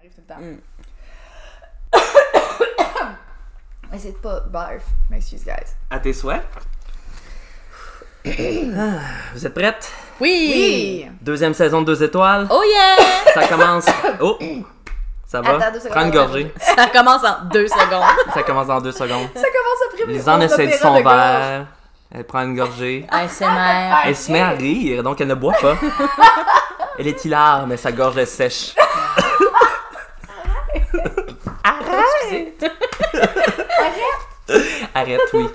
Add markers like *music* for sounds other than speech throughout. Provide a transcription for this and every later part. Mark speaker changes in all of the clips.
Speaker 1: arrive tout le temps. *coughs*
Speaker 2: Mm.
Speaker 1: Essayez de pas barf. M'excuse, guys.
Speaker 3: À tes souhaits. Ah, Vous êtes prêtes?
Speaker 2: Oui!
Speaker 1: Oui!
Speaker 3: Deuxième saison de deux étoiles.
Speaker 2: Oh yeah!
Speaker 3: Ça commence. Oh! Ça va?
Speaker 1: Attends deux secondes,
Speaker 3: Prends une
Speaker 1: on va
Speaker 3: gorgée.
Speaker 2: *laughs* Ça commence en deux secondes.
Speaker 3: Ça commence dans deux secondes.
Speaker 1: Ça commence à primer.
Speaker 3: Lisanne
Speaker 1: on
Speaker 3: essaie de
Speaker 1: opéra
Speaker 3: son
Speaker 1: de gorge.
Speaker 3: verre. Elle prend une gorgée.
Speaker 2: ASMR.
Speaker 3: Elle se met à rire, donc elle ne boit
Speaker 1: *laughs*
Speaker 3: pas. Elle est hilar, mais sa gorge est sèche.
Speaker 1: *laughs*
Speaker 3: Arrête, oui.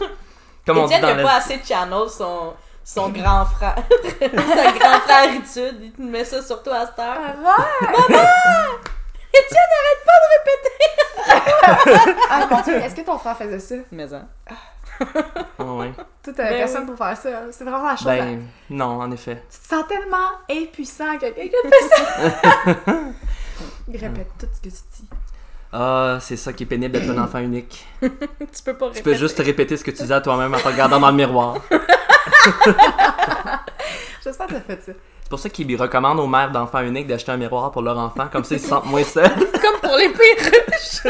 Speaker 3: Comme on dit
Speaker 2: Étienne
Speaker 3: dans
Speaker 2: n'a
Speaker 3: le...
Speaker 2: pas assez de channels, son, son grand frère. *laughs* sa grand fréritude, il te met ça surtout à cette heure.
Speaker 1: Arrête!
Speaker 2: Étienne, arrête pas de répéter!
Speaker 1: Ah mon dieu, est-ce que ton frère faisait ça?
Speaker 2: Mais hein.
Speaker 3: Oh, ouais.
Speaker 1: Toi, t'avais
Speaker 2: Ben
Speaker 1: personne pour faire ça. C'est vraiment la chose. à-
Speaker 3: Ben, non, en effet.
Speaker 1: Tu te sens tellement impuissant que quelqu'un fait ça.
Speaker 3: *laughs*
Speaker 1: Il répète tout ce que tu dis.
Speaker 3: Ah, c'est ça qui est pénible d'être un enfant unique.
Speaker 2: Tu peux pas
Speaker 3: Tu
Speaker 2: répéter.
Speaker 3: peux juste répéter ce que tu dis à toi-même en te regardant dans le miroir.
Speaker 1: J'espère que t'as fait ça.
Speaker 3: C'est pour ça qu'ils recommandent aux mères d'enfants uniques d'acheter un miroir pour leur enfant, comme ça ils se sentent moins seuls. *laughs*
Speaker 2: Comme pour les perruches.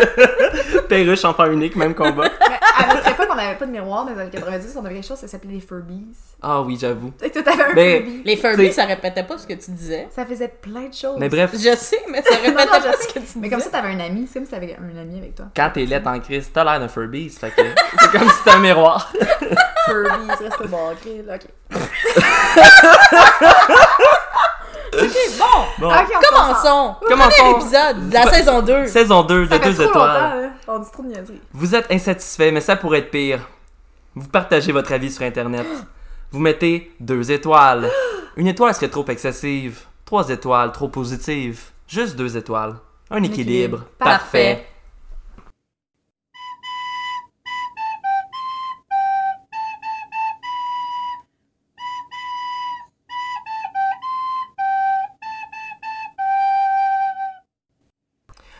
Speaker 3: Perruche, enfant unique, même combat.
Speaker 1: Mais à notre époque, on n'avait pas de miroir dans les années 90, on avait quelque chose, ça s'appelait les Furbies.
Speaker 3: Ah oui, j'avoue.
Speaker 1: Tu sais, toi, t'avais un
Speaker 3: Mais-
Speaker 1: Furby.
Speaker 2: *laughs* Les
Speaker 3: T'sais-
Speaker 2: Furby, ça répétait pas ce que tu disais.
Speaker 1: Ça faisait plein de choses.
Speaker 3: Mais bref,
Speaker 2: Je sais, mais ça
Speaker 1: Non,
Speaker 2: répétait
Speaker 1: non,
Speaker 2: pas
Speaker 1: je
Speaker 2: ce que
Speaker 1: sais.
Speaker 2: tu disais.
Speaker 1: Mais comme ça, t'avais un ami. C'est comme si t'avais un ami avec *laughs* toi.
Speaker 3: quand t'es laite en crise, t'as l'air d'un Furby, ça fait que c'est comme si c'était un miroir.
Speaker 1: Furby, il reste au bord, ok, là, ok.
Speaker 2: Ok, bon,
Speaker 3: Bon,
Speaker 1: Ah, Ok, on commence.
Speaker 2: commençons.
Speaker 3: Commençons.
Speaker 2: Premier
Speaker 1: *laughs*
Speaker 2: épisode de la
Speaker 3: C'est pas-
Speaker 2: saison 2.
Speaker 3: saison 2 de
Speaker 1: Ça fait
Speaker 3: deux
Speaker 1: trop
Speaker 3: étoiles.
Speaker 1: longtemps, hein. On dit trop de niaiseries.
Speaker 3: Vous êtes insatisfait, mais ça pourrait être pire. Vous partagez votre avis sur Internet. Vous mettez deux étoiles. Une étoile serait trop excessive. Trois étoiles, trop positive. Juste deux étoiles. Un équilibre.
Speaker 1: équilibre.
Speaker 3: Parfait.
Speaker 2: Parfait.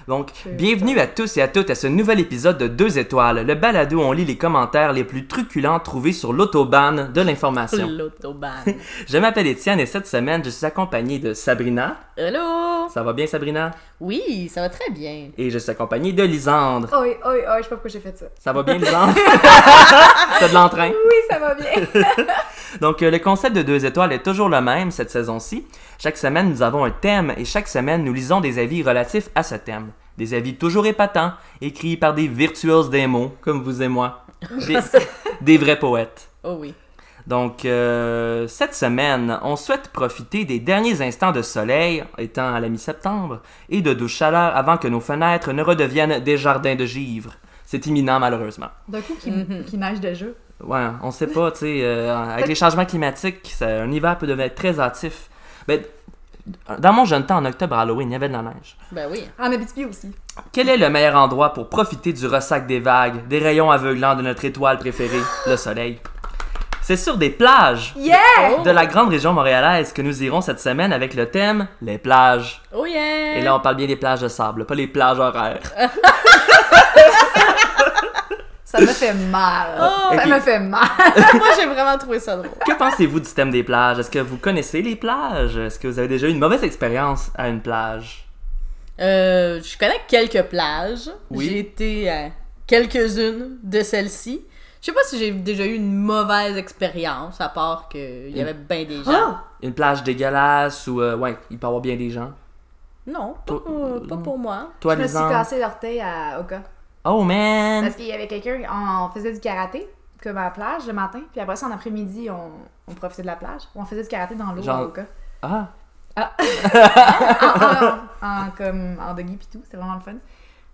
Speaker 3: Donc,
Speaker 1: Putain.
Speaker 3: bienvenue à tous et à toutes à ce nouvel épisode de Deux étoiles, le balado où on lit les commentaires les plus truculents trouvés sur l'autobahn de l'information.
Speaker 2: L'autobahn.
Speaker 3: Je m'appelle Étienne et cette semaine, je suis accompagné de Sabrina.
Speaker 2: Hello!
Speaker 3: Ça va bien, Sabrina?
Speaker 2: Oui, ça va très bien.
Speaker 3: Et je suis accompagné de Lisandre.
Speaker 1: Oh, oui, oh, oui, oh, je sais pas pourquoi j'ai fait ça.
Speaker 3: Ça va bien, Lisandre? *laughs* T'as de l'entrain?
Speaker 1: Oui, ça va bien.
Speaker 3: *laughs* Donc, euh, le concept de deux étoiles est toujours le même cette saison-ci. Chaque semaine, nous avons un thème et chaque semaine, nous lisons des avis relatifs à ce thème. Des avis toujours épatants, écrits par des virtuoses des mots, comme vous et moi. Des, des vrais poètes.
Speaker 2: Oh oui.
Speaker 3: Donc, euh, cette semaine, on souhaite profiter des derniers instants de soleil, étant à la mi-septembre, et de douce chaleur avant que nos fenêtres ne redeviennent des jardins de givre. C'est imminent, malheureusement.
Speaker 1: D'un coup, qui, qui neige déjà.
Speaker 3: Ouais, on sait pas, tu sais, euh, avec les changements climatiques, ça- un hiver peut devenir très hâtif. Mais dans mon jeune temps, en octobre, à Halloween, il y avait de la neige.
Speaker 2: Ben oui.
Speaker 1: En Abitibi Ah, aussi.
Speaker 3: Quel est le meilleur endroit pour profiter du ressac des vagues, des rayons aveuglants de notre étoile préférée, le soleil? C'est sur des plages
Speaker 1: Yeah!
Speaker 3: de la grande région montréalaise que nous irons cette semaine avec le thème les plages.
Speaker 2: Oh yeah!
Speaker 3: Et là, on parle bien des plages de sable, pas les plages horaires.
Speaker 1: Ça me fait mal.
Speaker 2: Oh!
Speaker 1: Ça
Speaker 3: Ok.
Speaker 1: me fait mal.
Speaker 2: Moi, j'ai vraiment trouvé ça drôle.
Speaker 3: Que pensez-vous du thème des plages? Est-ce que vous connaissez les plages? Est-ce que vous avez déjà eu une mauvaise expérience à une plage?
Speaker 2: Euh, je connais quelques plages.
Speaker 3: Oui.
Speaker 2: J'ai été à quelques-unes de celles-ci. Je sais pas si j'ai déjà eu une mauvaise expérience, à part qu'il y avait bien des gens.
Speaker 1: Ah!
Speaker 3: une plage dégueulasse ou euh, ouais, il peut y avoir bien des gens.
Speaker 2: Non, pas,
Speaker 3: Toi-
Speaker 2: pour, pas pour moi. *laughs*
Speaker 3: Toi,
Speaker 1: je me suis
Speaker 3: Lisandre.
Speaker 1: cassé l'orteil à Oka.
Speaker 3: Oh man.
Speaker 1: Parce qu'il y avait quelqu'un, on faisait du karaté, comme à la plage le matin, puis après ça, en après-midi, on, on profitait de la plage, on faisait du karaté dans l'eau,
Speaker 3: Genre-
Speaker 1: au cas.
Speaker 3: Ah,
Speaker 1: En, en- en- en- ah, comme en doggy pis tout, c'était vraiment le fun.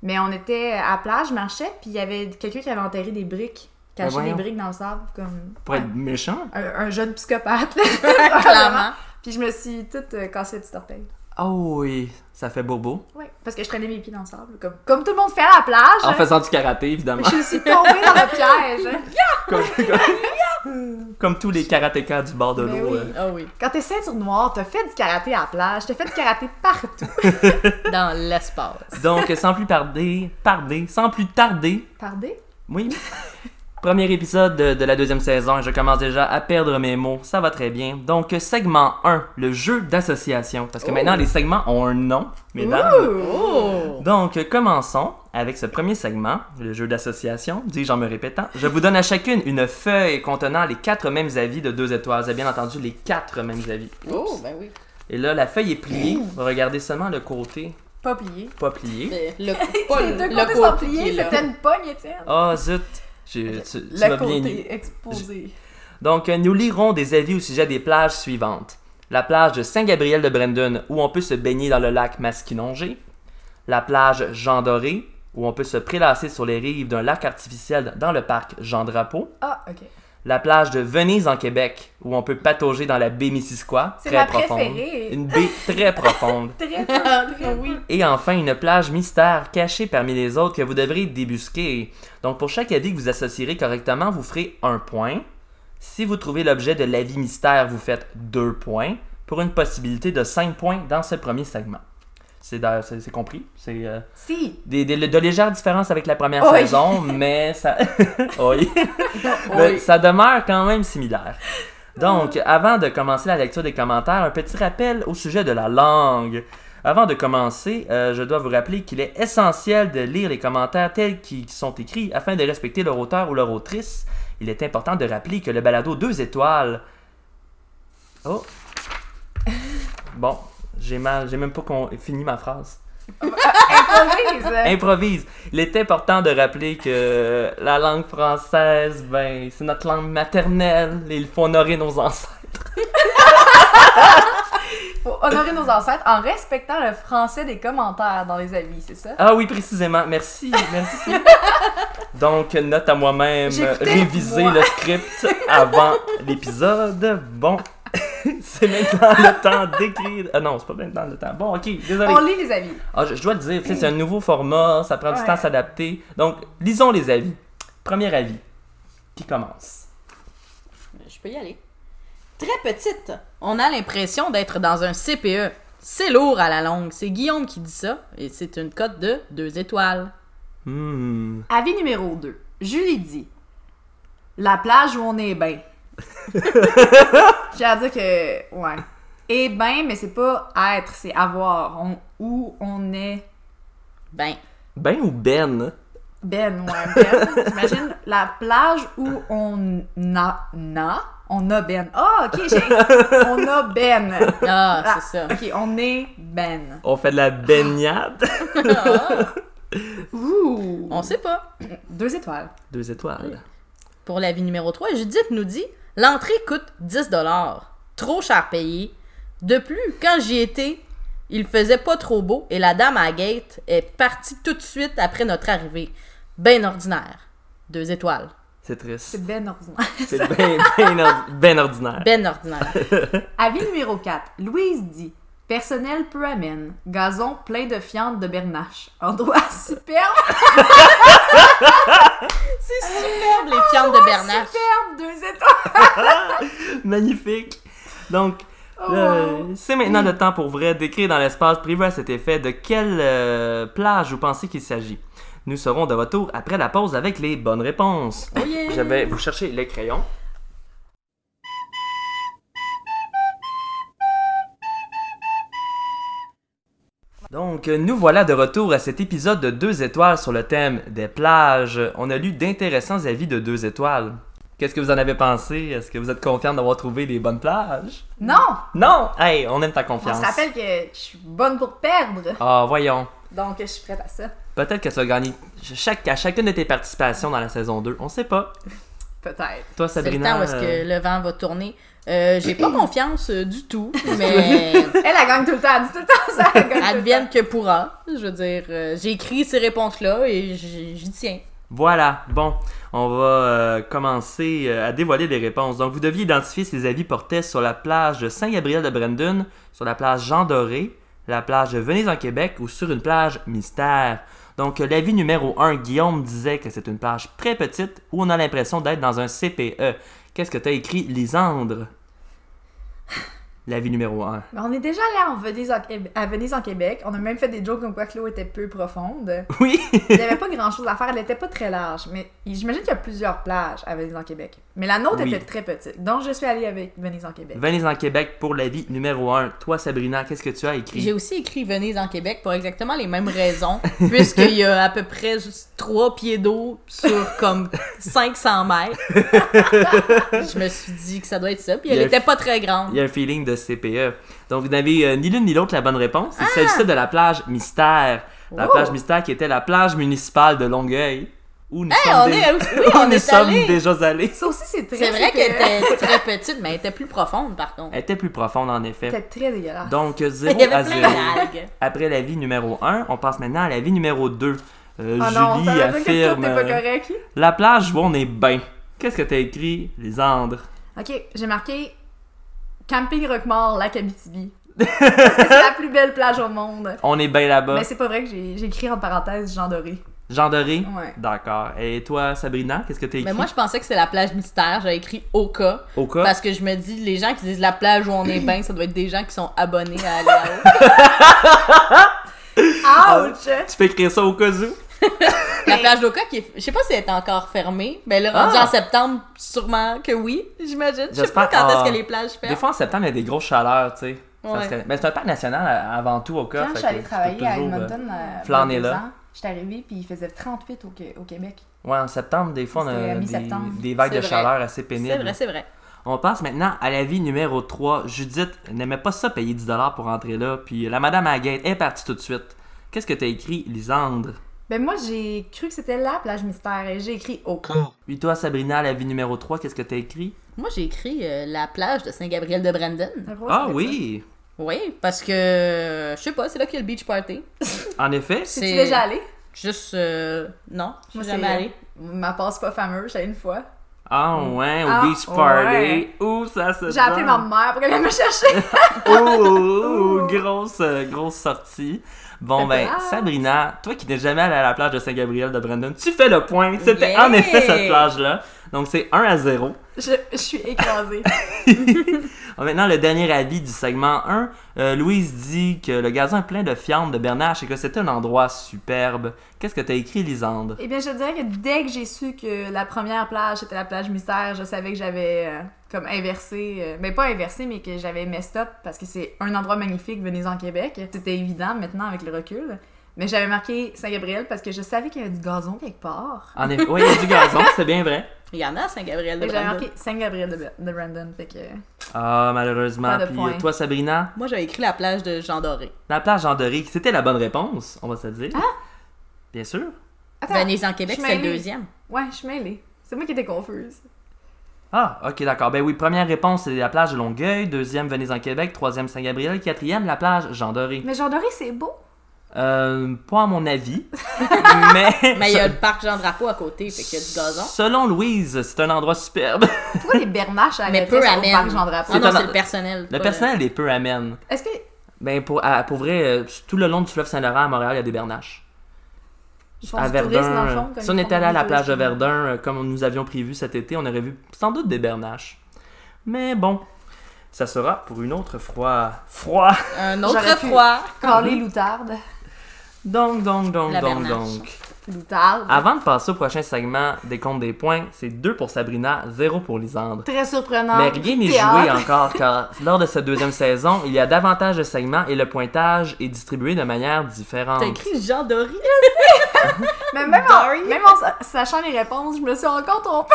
Speaker 1: Mais on était à la plage, je marchais, puis il y avait quelqu'un qui avait enterré des briques,
Speaker 3: Ben
Speaker 1: caché des
Speaker 3: voyons.
Speaker 1: briques dans le sable, comme
Speaker 3: pour être méchant.
Speaker 1: un, un jeune psychopathe,
Speaker 2: Ah, Clairement.
Speaker 1: Puis je me suis toute euh, cassée le petit orteil.
Speaker 3: Oh oui, ça fait bobo.
Speaker 1: Ouais, parce que je traînais mes pieds dans le sable, comme, comme tout le monde fait à la plage. hein.
Speaker 3: En faisant du karaté évidemment,
Speaker 1: *laughs* Je suis tombée dans le piège. hein.
Speaker 3: comme, comme- comme tous les karatékas du bord de
Speaker 1: Mais
Speaker 3: l'eau.
Speaker 1: Ben oui.
Speaker 3: euh.
Speaker 2: Ah oui,
Speaker 1: Quand t'es ceinture noire, t'as fait du karaté à la plage, t'as fait du karaté partout.
Speaker 2: dans l'espace.
Speaker 3: Donc sans plus tarder, tarder, sans plus tarder.
Speaker 1: *laughs* Pardon?
Speaker 3: Oui. Premier épisode de, de la deuxième saison et je commence déjà à perdre mes mots. Ça va très bien. Donc, segment 1, le jeu d'association. Parce que
Speaker 2: Oh.
Speaker 3: maintenant, les segments ont un nom, mesdames.
Speaker 2: Oh!
Speaker 3: Donc, euh, commençons avec ce premier segment, le jeu d'association, dis-je en me répétant. Je vous donne à chacune une feuille contenant les quatre mêmes avis de deux étoiles. Vous avez bien entendu les quatre mêmes avis.
Speaker 2: Oh, ben oui.
Speaker 3: Et là, la feuille est pliée. Vous regardez seulement le côté
Speaker 2: Pas plié.
Speaker 3: pas plié.
Speaker 2: *laughs* Mais le, pas
Speaker 1: Les
Speaker 2: le,
Speaker 1: deux
Speaker 2: le
Speaker 1: côtés
Speaker 2: côté
Speaker 1: sont
Speaker 2: qui est
Speaker 1: pliés,
Speaker 2: là.
Speaker 1: c'était une pogne, Étienne.
Speaker 3: Oh, zut! J'ai- tu tu m'as
Speaker 2: Le
Speaker 3: bien eu.
Speaker 2: côté exposé.
Speaker 3: Donc, euh, nous lirons des avis au sujet des plages suivantes. La plage de Saint-Gabriel de Brandon, où on peut se baigner dans le lac Masquinongé. La plage Jean-Doré, où on peut se prélasser sur les rives d'un lac artificiel dans le parc Jean-Drapeau.
Speaker 1: Ah, ok.
Speaker 3: La plage de Venise en Québec, où on peut patauger dans la baie Missisquoi,
Speaker 1: C'est
Speaker 3: très
Speaker 1: ma
Speaker 3: profonde.
Speaker 1: préférée.
Speaker 3: Une baie très profonde.
Speaker 1: *laughs* Très
Speaker 2: *laughs* oui.
Speaker 3: Et enfin, une plage mystère cachée parmi les autres que vous devrez débusquer. Donc, pour chaque avis que vous associerez correctement, vous ferez un point. Si vous trouvez l'objet de l'avis mystère, vous faites deux points pour une possibilité de cinq points dans ce premier segment. C'est d'ailleurs- c'est- c'est compris. C'est euh,
Speaker 1: Si.
Speaker 3: des, des- de légères différences avec la première
Speaker 1: Oui.
Speaker 3: saison, mais ça. *laughs* Oui. Mais
Speaker 2: Oui.
Speaker 3: ça demeure quand même similaire. Donc, avant de commencer la lecture des commentaires, un petit rappel au sujet de la langue. Avant de commencer, euh, je dois vous rappeler qu'il est essentiel de lire les commentaires tels qu'ils sont écrits afin de respecter leur auteur ou leur autrice. Il est important de rappeler que le balado 2 étoiles. Oh! Bon, j'ai mal, j'ai même pas con- fini ma phrase.
Speaker 1: *laughs* Improvise.
Speaker 3: Improvise. Il est important de rappeler que la langue française, ben, c'est notre langue maternelle et il faut honorer nos ancêtres.
Speaker 1: Faut honorer nos ancêtres en respectant le français des commentaires dans les avis, c'est ça?
Speaker 3: Ah oui, précisément. Merci,
Speaker 1: *laughs*
Speaker 3: merci. Donc, note à moi-même,
Speaker 1: J'ai écouté,
Speaker 3: réviser
Speaker 1: moi.
Speaker 3: le script avant l'épisode. Bon, *laughs* c'est maintenant le temps d'écrire. Ah non, c'est pas maintenant le temps. Bon, ok, désolé.
Speaker 1: On lit les avis.
Speaker 3: Ah, je, je dois le dire, tu sais, c'est un nouveau format, ça prend du
Speaker 1: Ouais.
Speaker 3: temps à s'adapter. Donc, lisons les avis. Premier avis. Qui commence?
Speaker 2: Ben, Je peux y aller. Très petite. On a l'impression d'être dans un CPE. C'est lourd à la longue. C'est Guillaume qui dit ça. Et c'est une cote de deux étoiles.
Speaker 3: Hmm.
Speaker 1: Avis numéro 2. Julie dit La plage où on est *laughs* bien. J'ai à dire que. Ouais. Et ben, mais c'est pas être, c'est avoir. On- où on est
Speaker 2: Ben,
Speaker 3: Ben ou Ben?
Speaker 1: ben, ouais, ben. J'imagine la plage où on a. Na, on a ben. Ah, ok, j'ai. On a ben.
Speaker 2: ah, c'est ça.
Speaker 1: Ok, on est ben.
Speaker 3: On fait de la baignade.
Speaker 2: Ah,
Speaker 1: Ouh.
Speaker 2: on sait pas.
Speaker 1: Deux étoiles.
Speaker 3: Deux étoiles.
Speaker 2: Pour la vie numéro 3, Judith nous dit L'entrée coûte 10 Trop cher payé. De plus, quand j'y étais, il faisait pas trop beau et la dame à la gate est partie tout de suite après notre arrivée. Ben ordinaire. Deux étoiles.
Speaker 3: C'est triste.
Speaker 1: C'est ben ordinaire.
Speaker 3: C'est ben, ben, ordi- ben ordinaire.
Speaker 2: Ben ordinaire.
Speaker 1: *laughs* Avis numéro 4. Louise dit Personnel peu amène. Gazon plein de fientes de bernache. Endroit *laughs* superbe.
Speaker 2: C'est superbe, les fientes de Bernache.
Speaker 1: Superbe, deux étoiles.
Speaker 3: Ben. Magnifique. Donc,
Speaker 1: Oh.
Speaker 3: euh, c'est maintenant le temps pour vrai d'écrire dans l'espace privé à cet effet de quelle euh, plage vous pensez qu'il s'agit. Nous serons de retour après la pause avec les bonnes réponses.
Speaker 2: Oh yeah.
Speaker 3: Je vais vous chercher les crayons. Donc, euh, nous voilà de retour à cet épisode de 2 étoiles sur le thème des plages. On a lu d'intéressants avis de 2 étoiles. Qu'est-ce que vous en avez pensé? Est-ce que vous êtes confiant d'avoir trouvé les bonnes plages?
Speaker 1: Non,
Speaker 3: Non! Hey, on aime ta
Speaker 1: on
Speaker 3: confiance.
Speaker 1: se rappelle que je suis bonne pour perdre.
Speaker 3: Ah, voyons.
Speaker 1: Donc, je suis prête à ça.
Speaker 3: Peut-être que tu as gagné chaque, à chacune de tes participations dans la saison 2. On sait pas.
Speaker 1: Peut-être.
Speaker 3: Toi,
Speaker 2: C'est le
Speaker 3: Sabrina.
Speaker 2: temps où est-ce
Speaker 3: euh,
Speaker 2: que le vent va tourner. Euh,
Speaker 3: *clears throat*
Speaker 2: J'ai pas confiance euh,
Speaker 3: *laughs*
Speaker 2: du tout, mais
Speaker 1: Elle, elle gagne tout le temps. Elle dit tout le temps ça. Elle gagne tout le
Speaker 2: advienne que pourra. Je veux dire, euh, j'ai écrit ces réponses-là et j'y j'y tiens.
Speaker 3: Voilà, bon, on va euh, commencer euh, à dévoiler les réponses. Donc, vous deviez identifier si les avis portaient sur la plage de Saint-Gabriel de Brandon, sur la plage Jean-Doré, la plage de Venise en Québec ou sur une plage mystère. Donc, euh, l'avis numéro 1, Guillaume disait que c'est une plage très petite où on a E. l'impression d'être dans un *laughs* CPE. Qu'est-ce que t'as écrit, Lisandre? L'avis numéro 1.
Speaker 1: Mais on est déjà allé en Venise, en Québec- à Venise en Québec. On a même fait des jokes comme quoi que l'eau était peu profonde.
Speaker 3: Oui!
Speaker 1: Il n'y avait pas grand chose à faire. Elle n'était pas très large. Mais j'imagine qu'il y a plusieurs plages à Venise en Québec. Mais la nôtre
Speaker 3: Oui.
Speaker 1: était très petite. Donc je suis allée avec Venise en Québec.
Speaker 3: Venise en Québec pour l'avis numéro 1. Toi, Sabrina, qu'est-ce que tu as
Speaker 2: J'ai
Speaker 3: écrit?
Speaker 2: aussi écrit Venise en Québec pour exactement les mêmes raisons, *laughs* puisqu'il y a à peu près juste 3 pieds d'eau sur comme 500 mètres.
Speaker 3: *laughs*
Speaker 2: je me suis dit que ça doit être ça, puis
Speaker 3: Il
Speaker 2: elle
Speaker 3: y a-
Speaker 2: était pas très
Speaker 3: Il
Speaker 2: grande.
Speaker 3: y a un feeling de CPE. Donc, vous n'avez euh, ni l'une ni l'autre la bonne réponse. Il s'agissait de la plage Mystère. La
Speaker 1: Oh!
Speaker 3: plage Mystère qui était la plage municipale de Longueuil. Où nous
Speaker 2: Hey,
Speaker 3: sommes,
Speaker 2: on
Speaker 3: dé-
Speaker 2: est, oui,
Speaker 3: *laughs* où
Speaker 2: on
Speaker 3: nous
Speaker 2: est
Speaker 3: sommes *laughs*
Speaker 2: allé.
Speaker 3: déjà allés.
Speaker 1: Ça aussi, c'est très
Speaker 2: C'est vrai
Speaker 1: c'était-
Speaker 2: qu'elle était très petite, mais elle était plus profonde par contre.
Speaker 3: Elle était plus profonde, en effet.
Speaker 1: C'était très dégueulasse.
Speaker 3: Donc,
Speaker 2: Il
Speaker 3: 0
Speaker 2: y
Speaker 3: à
Speaker 2: avait
Speaker 3: 0.
Speaker 2: plein d'algues.
Speaker 3: Après l'avis numéro 1, on passe maintenant à l'avis numéro 2. Euh,
Speaker 1: Ah non,
Speaker 3: Julie
Speaker 1: ça veut dire que tout
Speaker 3: affirme
Speaker 1: n'est pas
Speaker 3: euh,
Speaker 1: correct.
Speaker 3: La plage où on est bien. Qu'est-ce que t'as écrit? Les Andres.
Speaker 1: Ok, j'ai marqué Camping Roquemort, lac
Speaker 3: *laughs*
Speaker 1: Abitibi. Parce que c'est la plus belle plage au monde.
Speaker 3: On est bien là-bas.
Speaker 1: Mais c'est pas vrai que j'ai j'ai écrit en parenthèse Jean Doré.
Speaker 3: Jean Doré?
Speaker 1: Ouais.
Speaker 3: D'accord. Et toi, Sabrina, qu'est-ce que t'as écrit?
Speaker 2: Mais moi, je pensais que c'était la plage mystère. J'avais écrit Oka.
Speaker 3: Au cas.
Speaker 2: Parce que je me dis, les gens qui disent la plage où
Speaker 3: *clears throat*
Speaker 2: on est bien, ça doit être des gens qui sont abonnés à aller là-haut.
Speaker 1: Ouch!
Speaker 3: Tu peux écrire ça au cas où?
Speaker 2: La plage d'Oka, qui est... je sais pas si elle est encore fermée. Mais là, rendue
Speaker 3: Ah!
Speaker 2: en septembre, sûrement que oui, j'imagine. Je sais pas
Speaker 3: J'espère-
Speaker 2: quand
Speaker 3: ah.
Speaker 2: est-ce que les plages
Speaker 3: Des
Speaker 2: ferment.
Speaker 3: fois, en septembre, il y a des grosses chaleurs, tu sais. Ça
Speaker 2: Ouais.
Speaker 3: serait- Mais c'est un parc national euh, avant tout, au cas.
Speaker 1: Quand
Speaker 3: fait
Speaker 1: je
Speaker 3: que
Speaker 1: suis allée
Speaker 3: tu peux
Speaker 1: travailler à
Speaker 3: toujours, euh,
Speaker 1: Edmonton, euh,
Speaker 3: flâner
Speaker 1: il y a deux
Speaker 3: là.
Speaker 1: ans, J'étais arrivée puis il faisait 38 au, Qué- au Québec.
Speaker 3: euh, Ouais, en septembre, des fois, on
Speaker 1: C'était
Speaker 3: a
Speaker 1: à
Speaker 3: des,
Speaker 1: mi-septembre.
Speaker 3: des vagues de
Speaker 2: C'est vrai.
Speaker 3: chaleur assez
Speaker 2: C'est
Speaker 3: pénibles.
Speaker 2: vrai, c'est vrai.
Speaker 3: On passe maintenant à l'avis numéro 3. Judith n'aimait pas ça payer 10$ pour entrer là, puis la madame Aguette est partie tout de suite. Qu'est-ce que t'as écrit, Lisandre?
Speaker 1: Ben moi j'ai cru que c'était la plage mystère et j'ai écrit au.
Speaker 3: Puis toi, Sabrina, l'avis numéro 3, qu'est-ce que t'as écrit?
Speaker 2: Moi, j'ai écrit euh, la plage de Saint-Gabriel-de-Brandon.
Speaker 3: Ah oui!
Speaker 2: Oui, parce que, euh, je sais pas, c'est là qu'il y a le beach party.
Speaker 3: En effet,
Speaker 1: Tu es déjà allée?
Speaker 2: Juste, euh, non, je
Speaker 1: Moi,
Speaker 2: suis
Speaker 1: c'est- euh,
Speaker 2: jamais allée.
Speaker 1: Ma passe pas fameuse, j'allais une fois.
Speaker 3: Ah ouais, au
Speaker 1: Ah,
Speaker 3: beach party.
Speaker 1: ouais.
Speaker 3: Ouh, ça se
Speaker 1: J'ai appelé ma
Speaker 3: donne.
Speaker 1: mère pour qu'elle vienne me chercher. *laughs*
Speaker 3: Ouh,
Speaker 1: Oh.
Speaker 3: ouh, ouh, oh, grosse, euh, grosse sortie. Bon, ben,
Speaker 1: Ah.
Speaker 3: Sabrina, toi qui n'es jamais allée à la plage de Saint-Gabriel de Brandon, tu fais le point. C'était en
Speaker 2: Yeah.
Speaker 3: effet cette plage-là. Donc, c'est 1 à 0.
Speaker 1: je, je suis écrasée. *laughs*
Speaker 3: Ah, Maintenant, le dernier avis du segment 1. Euh, Louise dit que le gazon est plein de fientes de Bernache et que c'est un endroit superbe. Qu'est-ce que t'as écrit, Lisandre?
Speaker 1: Eh bien, je dirais que dès que j'ai su que la première plage était la plage mystère, je savais que j'avais euh, comme inversé, euh, mais pas inversé, mais que j'avais messed up parce que c'est un endroit magnifique, venez en Québec. C'était évident maintenant avec le recul. Mais j'avais marqué Saint-Gabriel parce que je savais qu'il y avait du gazon quelque part.
Speaker 3: En effet, oui, il y a du gazon, c'est bien vrai.
Speaker 2: Il y en a à Saint-Gabriel de
Speaker 1: Fait que J'avais
Speaker 2: Brandon.
Speaker 1: marqué Saint-Gabriel de, de Brandon. Fait que.
Speaker 3: Ah, malheureusement.
Speaker 1: Pas de
Speaker 3: Puis
Speaker 1: point.
Speaker 3: euh, toi, Sabrina?
Speaker 2: Moi, j'avais écrit la plage de Jean Doré.
Speaker 3: La plage Jean Doré, c'était la bonne réponse, on va se le dire.
Speaker 1: Ah!
Speaker 3: Bien sûr.
Speaker 1: Attends,
Speaker 2: Venise en Québec,
Speaker 1: Ah! je
Speaker 2: c'est le
Speaker 1: m'allais.
Speaker 2: deuxième.
Speaker 1: ouais, je suis mêlée. C'est moi qui étais confuse.
Speaker 3: Ah, ok, d'accord. Ben oui, première réponse, c'est la plage de Longueuil. Deuxième, Venise en Québec. Troisième, Saint-Gabriel. Quatrième, la plage Jean Doré.
Speaker 1: Mais Jean Doré, c'est beau.
Speaker 3: Euh, pas à mon avis. mais.
Speaker 2: Mais il y a le parc Jean Drapeau à côté, fait qu'il y a du gazon.
Speaker 3: Selon Louise, c'est un endroit superbe.
Speaker 1: Pourquoi les bernaches
Speaker 2: Mais
Speaker 1: arrêtaient
Speaker 2: peu
Speaker 1: sur le
Speaker 2: amène.
Speaker 1: parc Jean
Speaker 2: Ah
Speaker 1: Drapeau?
Speaker 3: C'est
Speaker 2: non,
Speaker 3: un-
Speaker 2: c'est le personnel.
Speaker 3: Le
Speaker 2: pas-
Speaker 3: personnel est peu amène.
Speaker 1: Est-ce que.
Speaker 3: Ben pour, à- pour vrai, euh, tout le long du fleuve Saint-Laurent à Montréal, il y a des bernaches.
Speaker 1: Ils font
Speaker 3: à
Speaker 1: du tourisme, dans le fond,
Speaker 3: Verdun, euh,
Speaker 1: comme
Speaker 3: si on
Speaker 1: ils
Speaker 3: était
Speaker 1: font
Speaker 3: allé à
Speaker 1: du
Speaker 3: la plage de
Speaker 1: tourisme?
Speaker 3: Verdun euh, comme nous avions prévu cet été, on aurait vu sans doute des bernaches. Mais bon, ça sera pour une autre froid. Froid.
Speaker 2: Un autre
Speaker 1: J'aurais pu-
Speaker 2: froid.
Speaker 1: Quand les loutardes.
Speaker 3: Donc donc donc
Speaker 2: La
Speaker 3: donc
Speaker 2: bernache.
Speaker 3: donc.
Speaker 1: Loutardes.
Speaker 3: Avant de passer au prochain segment des comptes des points, c'est 2 pour Sabrina, 0 pour Lisandre.
Speaker 1: Très surprenant.
Speaker 2: Ah,
Speaker 3: Mais rien n'est
Speaker 1: Théâtre.
Speaker 3: joué
Speaker 2: *laughs*
Speaker 3: encore car lors de cette deuxième saison, il y a davantage de segments et le pointage est distribué de manière différente.
Speaker 2: T'as écrit Jean Doré.
Speaker 1: Mais même en, même en sa- sachant les réponses, je me suis encore trompée.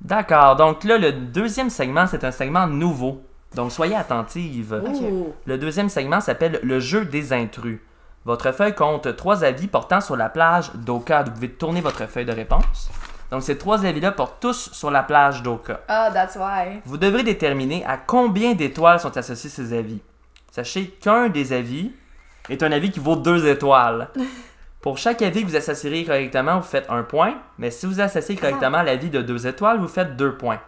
Speaker 3: D'accord, donc là, le deuxième segment, c'est un segment nouveau. Donc soyez attentive.
Speaker 2: Ouh.
Speaker 3: Le deuxième segment s'appelle Le jeu des intrus. Votre feuille compte trois avis portant sur la plage d'Oka. Vous pouvez tourner votre feuille de réponse. Donc ces trois avis-là portent tous sur la plage d'Oka.
Speaker 1: Ah, that's why.
Speaker 3: Vous devrez déterminer à combien d'étoiles sont associés ces avis. Sachez qu'un des avis est un avis qui vaut deux étoiles. Pour chaque avis que vous associerez correctement, vous faites un point, mais si vous associez correctement l'avis de deux étoiles, vous faites deux points.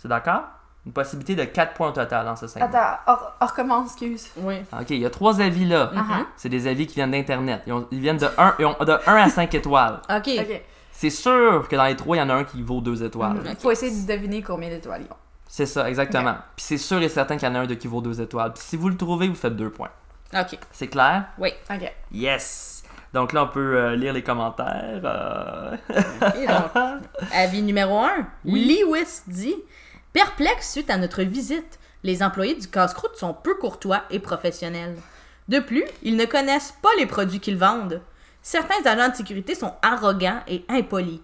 Speaker 3: C'est d'accord? Une possibilité de quatre points au total dans ce segment.
Speaker 1: Attends, on, on recommence, excuse.
Speaker 2: Oui.
Speaker 3: Ok, il y a trois avis là.
Speaker 1: Ah
Speaker 3: C'est des avis qui viennent d'Internet. Ils, ont- ils viennent de 1, de 1 à 5 étoiles.
Speaker 2: OK.
Speaker 1: ah. Ok.
Speaker 3: C'est sûr que dans les trois, il y en a un qui vaut deux étoiles.
Speaker 1: Mhm. Faut essayer de deviner combien d'étoiles ils ont.
Speaker 3: C'est ça, exactement. Puis c'est sûr et certain qu'il y en a un de qui vaut deux étoiles. Puis si vous le trouvez, vous faites deux points.
Speaker 2: Ok.
Speaker 3: C'est clair?
Speaker 2: Oui.
Speaker 1: Ok.
Speaker 3: Yes! Donc là, on peut euh, lire les commentaires. euh. *laughs*
Speaker 2: Et donc, avis numéro 1. Lewis dit Perplexe suite à notre visite, les employés du casse-croûte sont peu courtois et professionnels. De plus, ils ne connaissent pas les produits qu'ils vendent. Certains agents de sécurité sont arrogants et impolis.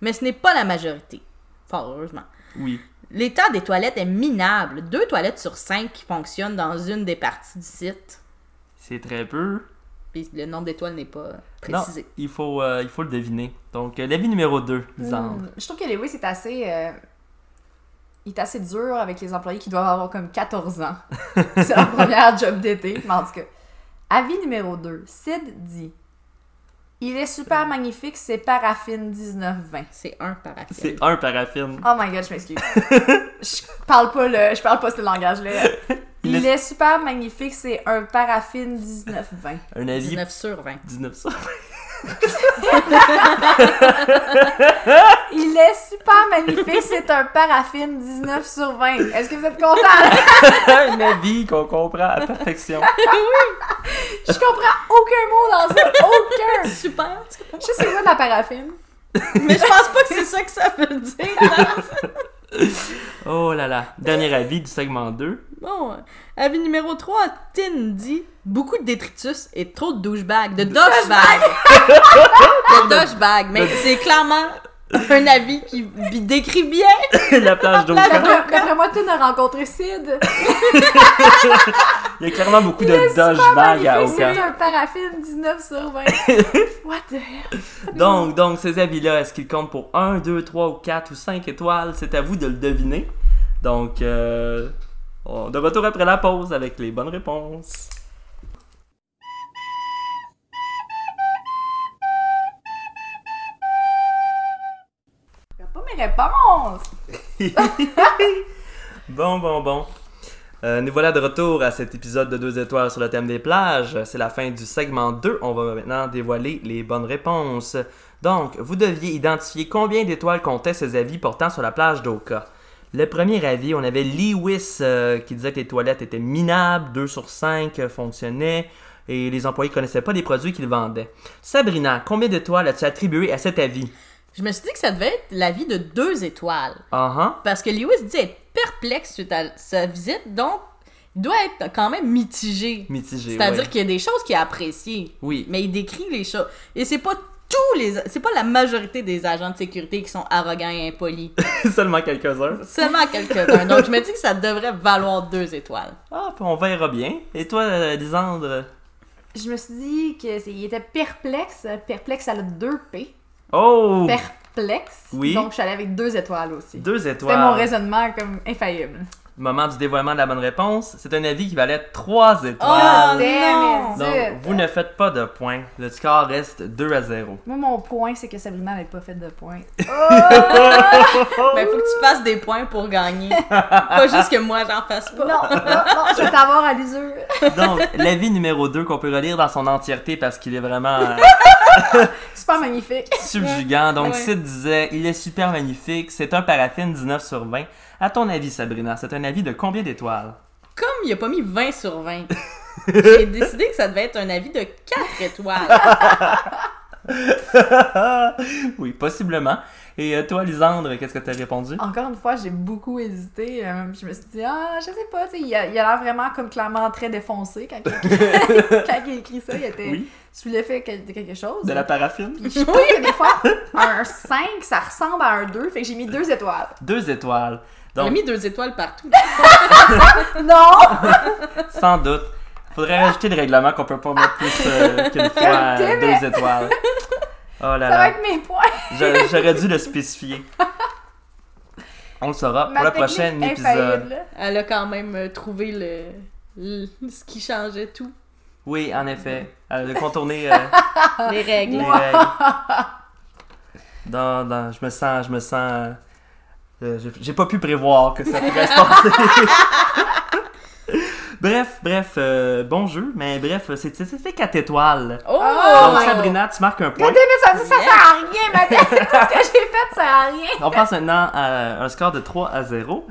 Speaker 2: Mais ce n'est pas la majorité. Fort heureusement.
Speaker 3: oui.
Speaker 2: L'état des toilettes est minable. Deux toilettes sur cinq qui fonctionnent dans une des parties du site.
Speaker 3: C'est très peu.
Speaker 2: Puis le nombre d'étoiles n'est pas
Speaker 3: Non,
Speaker 2: précisé.
Speaker 3: il faut, euh, il faut le deviner. Donc, euh, l'avis numéro 2, Lisandre.
Speaker 1: Hmm. Je trouve que Lewis est assez. euh, Il est assez dur avec les employés qui doivent avoir comme 14 *laughs* ans. C'est leur première job d'été, mais en tout cas. Avis numéro 2. Sid dit Il est super magnifique, c'est paraffine 1920.
Speaker 2: C'est un par appel.
Speaker 3: C'est un paraffine.
Speaker 1: Oh my god, je *laughs* m'excuse. je parle pas le, je parle pas ce langage-là. Il,
Speaker 3: Il
Speaker 1: est... super magnifique, c'est un paraffine 1920.
Speaker 3: Un avis 19,
Speaker 2: 19 sur
Speaker 3: *laughs*
Speaker 2: 20.
Speaker 3: ça.
Speaker 1: Il est super magnifique, c'est un paraffine 19 sur 20. Est-ce que vous êtes content?
Speaker 3: un avis qu'on comprend à perfection.
Speaker 1: Je comprends aucun mot dans ça, aucun.
Speaker 2: Super!
Speaker 1: Je sais quoi de la paraffine.
Speaker 2: Mais je pense pas que c'est ça que ça veut dire. hein.
Speaker 3: Oh là là. Dernier avis du segment 2.
Speaker 2: bon, avis numéro 3, Tin dit beaucoup de détritus et trop de douchebags, de
Speaker 3: *laughs*
Speaker 2: douchebags. de douchebags, mais c'est clairement un avis qui qui décrit bien.
Speaker 3: *laughs* la plage d'eau.
Speaker 1: D'après d'après moi, tu as rencontré Sid.
Speaker 3: Il y a clairement beaucoup de
Speaker 1: Super
Speaker 3: dodgebags à
Speaker 1: magnifique, c'est
Speaker 3: Oka.
Speaker 1: un paraffine 19 sur
Speaker 3: *laughs*
Speaker 1: 20. What the hell?
Speaker 3: Donc, donc, ces avis-là, est-ce qu'ils comptent pour 1, 2, 3 ou 4 ou 5 étoiles? C'est à vous de le deviner. Donc, euh, on- de retour après la pause avec les bonnes réponses.
Speaker 1: Y'a pas mes réponses.
Speaker 3: Bon, bon, bon. Euh, nous voilà de retour à cet épisode de 2 étoiles sur le thème des plages. C'est la fin du segment 2. On va maintenant dévoiler les bonnes réponses. Donc, vous deviez identifier combien d'étoiles comptaient ces avis portant sur la plage d'Oka. Le premier avis, on avait Lewis euh, qui disait que les toilettes étaient minables, 2 sur 5 fonctionnaient et les employés connaissaient pas les produits qu'ils vendaient. Sabrina, combien d'étoiles as-tu attribué à cet avis?
Speaker 2: Je me suis dit que ça devait être l'avis de deux étoiles.
Speaker 3: Ah ah.
Speaker 2: Parce que Lewis dit être perplexe suite à sa visite, donc il doit être quand même mitigé.
Speaker 3: Mitigé.
Speaker 2: C'est-à-dire
Speaker 3: ouais.
Speaker 2: qu'il y a des choses qu'il a appréciées.
Speaker 3: Oui. *laughs*
Speaker 2: Mais il décrit les choses. Et c'est pas tous les. C'est pas la majorité des agents de sécurité qui sont arrogants et impolis.
Speaker 3: Seulement quelques-uns.
Speaker 2: Seulement quelques-uns. Donc je me dis que ça devrait valoir deux étoiles.
Speaker 3: Ah, puis on verra bien. Et toi, euh, Lisandre?
Speaker 1: Je me suis dit qu'il était perplexe. Perplexe, elle a deux P.
Speaker 3: Oh!
Speaker 1: Perplexe.
Speaker 3: Oui.
Speaker 1: Donc, je suis allée avec deux étoiles aussi.
Speaker 3: Deux
Speaker 1: C'était mon
Speaker 3: étoiles.
Speaker 1: raisonnement comme infaillible.
Speaker 3: Moment du dévoilement de la bonne réponse. C'est un avis qui valait trois
Speaker 2: Ah,
Speaker 3: étoiles.
Speaker 1: Damn it,
Speaker 3: Donc,
Speaker 1: zut.
Speaker 3: vous ne faites pas de points. Le score reste 2 à 0.
Speaker 1: Moi, mon point, c'est que Sabrina n'avait pas fait de point.
Speaker 2: Mais Ben, faut que tu fasses des points pour gagner. pas juste que moi j'en fasse
Speaker 1: non,
Speaker 2: pas.
Speaker 1: non, non, je vais t'avoir à l'usure.
Speaker 3: Donc, l'avis numéro 2 qu'on peut relire dans son entièreté parce qu'il est vraiment euh,
Speaker 1: Super magnifique.
Speaker 3: subjugant. Donc,
Speaker 2: Ouais.
Speaker 3: Sid disait Il est super magnifique. C'est un paraffine 19 sur 20. À ton avis, Sabrina, c'est un avis de combien d'étoiles *laughs*
Speaker 2: Comme il a pas mis 20 sur 20, j'ai décidé que ça devait être un avis de 4 étoiles.
Speaker 3: Oui, possiblement. Et euh, toi, Lisandre, qu'est-ce que t'as répondu
Speaker 1: *laughs* Encore une fois, j'ai beaucoup hésité. euh, je me suis dit, ah, je sais pas, tu sais, il a il a l'air vraiment comme clairement très défoncé quand il,
Speaker 3: *laughs*
Speaker 1: quand il a écrit ça. Il était
Speaker 3: Oui.
Speaker 1: sous l'effet que- de quelque chose.
Speaker 3: De la paraffine
Speaker 1: Puis je trouve que des fois, un 5, ça ressemble à un 2, fait que j'ai mis deux étoiles.
Speaker 3: Deux étoiles.
Speaker 2: J'ai
Speaker 3: Donc,
Speaker 2: mis deux étoiles partout.
Speaker 1: Non!
Speaker 3: Sans doute. Faudrait rajouter le règlement qu'on peut pas mettre plus euh, qu'une fois
Speaker 1: *laughs* God damn
Speaker 3: euh, deux étoiles. Oh là
Speaker 1: Ça va
Speaker 3: là.
Speaker 1: être mes points!
Speaker 3: Je- J'aurais dû le spécifier. On le saura pour
Speaker 1: Ma
Speaker 3: le
Speaker 1: technique
Speaker 3: prochain épisode.
Speaker 1: infaillible.
Speaker 2: Elle a quand même euh, trouvé le, le- ce qui changeait tout.
Speaker 3: Oui, en effet. Euh, de contourner
Speaker 1: *laughs*
Speaker 3: euh,
Speaker 2: Les
Speaker 3: les
Speaker 2: règles.
Speaker 3: règles. Non, non, je me sens, je me sens. euh, euh, j'ai- J'ai pas pu prévoir que ça pourrait se passer. *laughs* bref, bref, euh, bon jeu, mais bref, c'est- c'était 4 étoiles.
Speaker 2: Oh!
Speaker 1: Oh
Speaker 3: Donc
Speaker 1: my
Speaker 3: Sabrina, tu marques un point.
Speaker 1: Regardez, mais ça dit ça sert à rien,
Speaker 3: *laughs*
Speaker 1: ma tête! Tout ce que j'ai fait, ça sert à rien!
Speaker 3: On passe maintenant à un score de 3 à 0.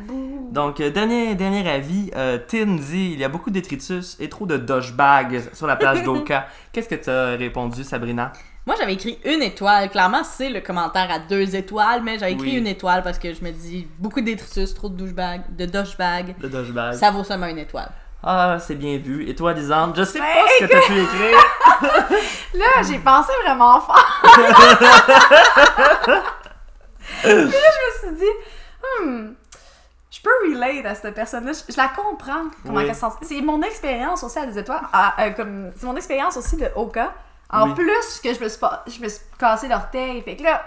Speaker 3: Donc, euh, dernier, dernier avis, euh, Tin dit il y a beaucoup détritus et trop de douchebags sur la
Speaker 1: *laughs*
Speaker 3: plage d'Oka. Qu'est-ce que tu as répondu, Sabrina
Speaker 2: Moi, j'avais écrit une étoile. Clairement, c'est le commentaire à deux étoiles, mais j'avais écrit
Speaker 3: Oui.
Speaker 2: une étoile parce que je me dis beaucoup de détritus, trop de douchebags, de douchebags.
Speaker 3: Le douchebag.
Speaker 2: Ça vaut seulement une étoile.
Speaker 3: Ah, c'est bien vu. Et toi, Lisande, je sais
Speaker 1: Mais
Speaker 3: pas ce que t'as pu
Speaker 1: *laughs*
Speaker 3: écrire.
Speaker 1: Là, j'ai pensé vraiment fort. *laughs* Puis là, je me suis dit, hmm, je peux relate à cette personne-là. Je, je la comprends. Comment
Speaker 3: Oui.
Speaker 1: qu'elle se sent. C'est mon expérience aussi à des étoiles. à- à- comme, c'est mon expérience aussi de Oka. En
Speaker 3: Oui.
Speaker 1: plus que je me suis, pas- je me suis cassé l'orteil. Fait que là,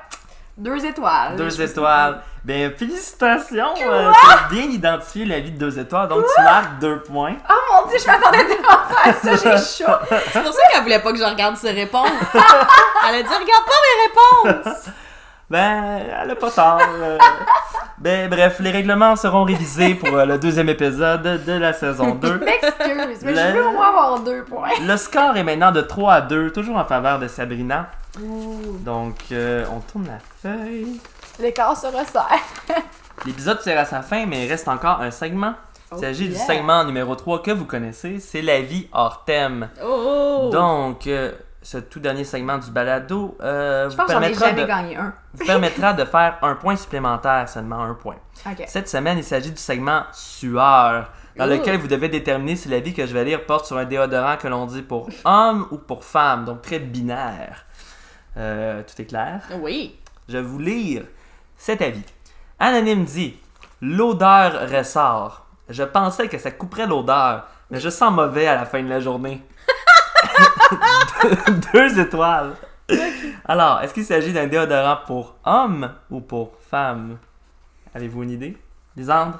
Speaker 1: deux étoiles. Je me
Speaker 3: Deux
Speaker 1: suis dit,
Speaker 3: étoiles. Ben, félicitations. euh, T'as bien identifié la vie de deux étoiles, donc tu marques deux points.
Speaker 1: Oh mon dieu, je m'attendais tellement pas à ça, j'ai
Speaker 3: *laughs*
Speaker 1: chaud.
Speaker 2: C'est pour ça qu'elle voulait pas que je regarde ses réponses. *laughs* Elle a dit Regarde pas mes réponses
Speaker 3: Ben, elle a pas tort.
Speaker 1: *laughs*
Speaker 3: euh. ben, bref, les règlements seront révisés pour euh, le deuxième épisode de la saison 2.
Speaker 1: *laughs* M'excuse, mais
Speaker 3: Là-
Speaker 1: je veux au moins avoir deux points.
Speaker 3: Le score est maintenant de 3 à 2, toujours en faveur de Sabrina. Donc, euh, on tourne la feuille.
Speaker 1: L'écart se resserre.
Speaker 3: L'épisode tire à sa fin, mais il reste encore un segment. Il
Speaker 1: Oh,
Speaker 3: s'agit du
Speaker 1: yeah.
Speaker 3: segment numéro 3 que vous connaissez, c'est la vie hors thème.
Speaker 2: *laughs* Oh, oh.
Speaker 3: Donc, euh, ce tout dernier segment du balado euh,
Speaker 1: Je
Speaker 3: vous,
Speaker 1: pense que j'en ai
Speaker 3: permettra
Speaker 1: jamais
Speaker 3: de,
Speaker 1: gagné un.
Speaker 3: vous permettra de faire un point supplémentaire, seulement un point.
Speaker 1: Ok.
Speaker 3: Cette semaine, il s'agit du segment sueur, dans
Speaker 2: Ouh.
Speaker 3: lequel vous devez déterminer si l'avis que je vais lire porte sur un déodorant que l'on dit pour homme ou pour femme, donc très binaire. Euh, tout est clair?
Speaker 2: Oui.
Speaker 3: Je vais vous lire cet avis. Anonyme dit L'odeur ressort. Je pensais que ça couperait l'odeur, mais je sens mauvais à la fin de la journée. *laughs* Deux- Deux étoiles. Alors, est-ce qu'il s'agit d'un déodorant pour homme ou pour femme Avez-vous une idée Lisandre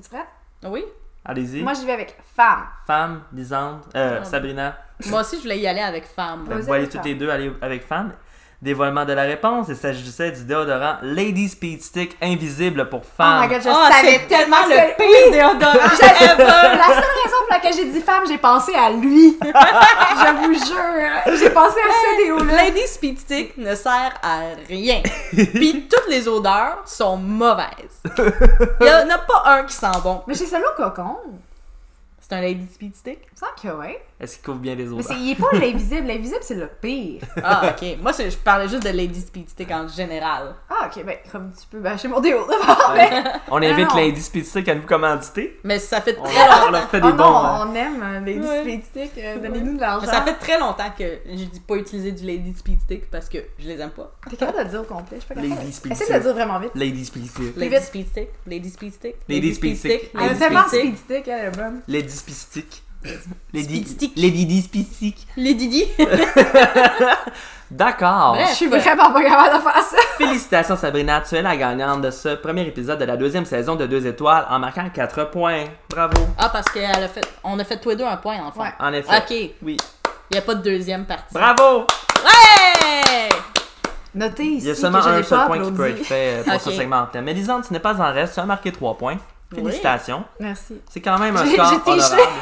Speaker 1: Tu prêt?
Speaker 2: Oui.
Speaker 3: Allez-y.
Speaker 1: Moi, j'y vais avec femme. Oh
Speaker 3: Femme, Lisandre, euh,
Speaker 2: Femme.
Speaker 3: Sabrina.
Speaker 2: Moi aussi, je voulais y aller avec femme.
Speaker 3: Ben,
Speaker 1: Vas-y
Speaker 3: vous voyez
Speaker 1: avec
Speaker 3: toutes
Speaker 1: femme.
Speaker 3: les deux aller avec femme. Dévoilement de la réponse, il s'agissait du déodorant Lady Speed Stick invisible pour femme.
Speaker 1: Oh my god, je
Speaker 2: Ah,
Speaker 1: savais
Speaker 2: c'est tellement
Speaker 1: que c'est-
Speaker 2: le pire *laughs* déodorant ever.
Speaker 1: La seule raison pour laquelle j'ai dit femme, j'ai pensé à
Speaker 3: *laughs*
Speaker 1: lui. je vous jure. J'ai pensé à ce déo-là.
Speaker 2: Lady Speed Stick ne sert à rien. Puis toutes les odeurs sont mauvaises. Il n'y en a pas un qui sent bon.
Speaker 1: Mais j'ai celui au cocon.
Speaker 2: C'est un Lady Speed Stick?
Speaker 1: Il me semble que oui.
Speaker 3: Est-ce qu'il couvre bien les
Speaker 1: Mais
Speaker 3: odeurs?
Speaker 1: c'est, il est
Speaker 3: *laughs*
Speaker 1: pas l'invisible. L'invisible, c'est le pire.
Speaker 2: Ah, ok. Moi, c'est- je parlais juste de Lady Speed Stick en général.
Speaker 1: Ah, ok, ben, comme tu peux bâcher mon déo *laughs* Oh d'abord, mais.
Speaker 3: On
Speaker 1: non,
Speaker 3: invite
Speaker 1: non.
Speaker 3: Lady Speed Stick à nous
Speaker 1: *laughs*
Speaker 3: commanditer.
Speaker 2: Mais ça fait
Speaker 3: On
Speaker 2: très
Speaker 3: leur, on
Speaker 2: longtemps.
Speaker 3: leur fait
Speaker 1: Oh
Speaker 3: des
Speaker 1: non,
Speaker 3: dons. hein.
Speaker 1: on aime euh, les
Speaker 2: Ouais.
Speaker 1: speed sticks, euh, donnez-nous de l'argent.
Speaker 2: Mais ça fait très longtemps que je dis pas utiliser du Lady Speed Stick parce que je les aime pas.
Speaker 1: T'es capable de le dire au complet, je suis pas capable.
Speaker 3: Lady speed
Speaker 1: Essaye de
Speaker 3: stick.
Speaker 1: le dire vraiment vite.
Speaker 3: Lady Speed Stick.
Speaker 1: Les
Speaker 2: Lady
Speaker 1: vite.
Speaker 2: Speed Stick, Lady Speed Stick,
Speaker 3: Lady Speed Stick,
Speaker 1: Elle a
Speaker 3: Lady
Speaker 1: tellement de
Speaker 2: Stick,
Speaker 1: speed stick, elle est bonne.
Speaker 3: Lady Speed Stick.
Speaker 2: Speed Stick.
Speaker 3: Lady Di Speed Stick.
Speaker 2: Lady Di.
Speaker 3: D'accord.
Speaker 1: Je
Speaker 2: Bref.
Speaker 1: suis vraiment pas capable de faire ça.
Speaker 3: Félicitations Sabrina, tu es la gagnante de ce premier épisode de la deuxième saison de 2 étoiles en marquant 4 points. Bravo.
Speaker 2: *laughs* Ah, parce qu'elle a fait. On a fait tous les deux un point, en fait.
Speaker 1: Ouais.
Speaker 3: En effet.
Speaker 2: Ok. Il
Speaker 3: Oui.
Speaker 2: n'y a pas de deuxième partie.
Speaker 3: Bravo!
Speaker 2: Ouais!
Speaker 1: Notez ici.
Speaker 3: Il y a seulement
Speaker 1: que je
Speaker 3: un
Speaker 1: n'ai
Speaker 3: seul
Speaker 1: pas
Speaker 3: point qui peut
Speaker 1: applaudi.
Speaker 3: être fait euh, pour ce
Speaker 2: Ok.
Speaker 3: segment en thème. Mais Lisande, tu n'es pas en reste, tu as marqué 3 points. Félicitations.
Speaker 1: Merci. *laughs*
Speaker 3: C'est quand même un
Speaker 1: J'ai-
Speaker 3: score
Speaker 1: j'ai triché.
Speaker 3: honorable.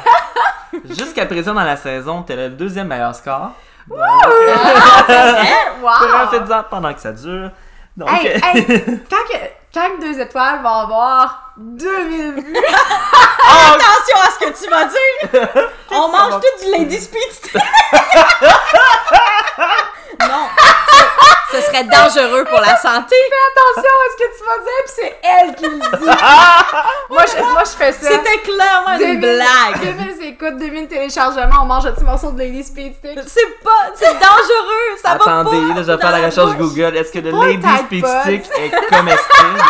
Speaker 3: Jusqu'à présent dans la saison, tu le deuxième meilleur score. Donc,
Speaker 1: Ah, Wow!
Speaker 3: Profite-en pendant que ça dure. Donc,
Speaker 1: Hey, hey,
Speaker 3: *laughs*
Speaker 1: quand, que- quand que deux étoiles vont avoir 2000 vues,
Speaker 2: Attention à ce que tu
Speaker 3: *laughs*
Speaker 2: vas dire! On mange tout du Lady Speed Stick! non! Ce serait dangereux
Speaker 3: *laughs*
Speaker 2: pour la santé!
Speaker 1: attention à ce que tu vas dire, pis c'est elle qui le dit. moi, je, moi, je fais ça.
Speaker 2: C'était clairement une
Speaker 1: 2000
Speaker 3: *laughs*
Speaker 2: blague!
Speaker 1: 2000 écoutes, 2000 téléchargements, on mange un petit morceau de Lady Speed Stick.
Speaker 2: C'est pas. C'est dangereux! Ça va pas!
Speaker 3: attendez, là, je vais
Speaker 2: dans
Speaker 3: faire la recherche
Speaker 2: bouche.
Speaker 3: Google. Est-ce que le
Speaker 1: pas un
Speaker 3: Lady
Speaker 1: Tide
Speaker 3: Speed
Speaker 1: Pod.
Speaker 3: Stick est comestible?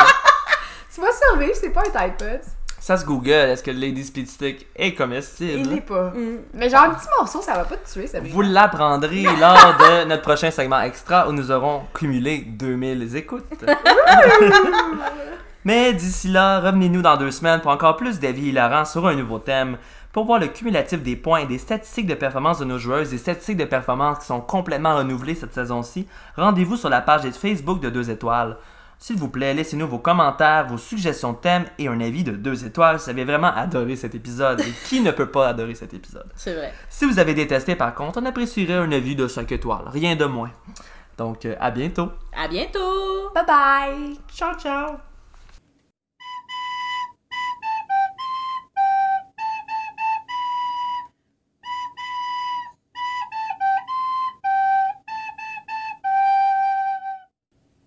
Speaker 1: Tu vas survivre, c'est pas un Tide Pod.
Speaker 3: ça se Google. Est-ce que le Lady Speed Stick est
Speaker 1: Il l'est
Speaker 3: comestible?
Speaker 1: pas.
Speaker 2: Mm.
Speaker 1: Mais genre, un petit morceau, ça va pas te tuer, ça
Speaker 3: Vous l'apprendrez lors de notre prochain segment extra où nous aurons cumulé 2000 écoutes. Mais d'ici là, revenez-nous dans deux semaines pour encore plus d'avis hilarants sur un nouveau thème, pour voir le cumulatif des points et des statistiques de performance de nos joueuses, des statistiques de performance qui sont complètement renouvelées cette saison-ci. Rendez-vous sur la page de Facebook de 2 étoiles. S'il vous plaît, laissez-nous vos commentaires, vos suggestions de thèmes et un avis de 2 étoiles. Vous avez vraiment adoré cet épisode. Et qui ne peut pas adorer cet épisode?
Speaker 2: C'est vrai.
Speaker 3: Si vous avez détesté, par contre, on apprécierait un avis de 5 étoiles. Rien de moins. Donc, euh, à bientôt.
Speaker 2: À bientôt!
Speaker 1: Bye bye. Ciao, ciao.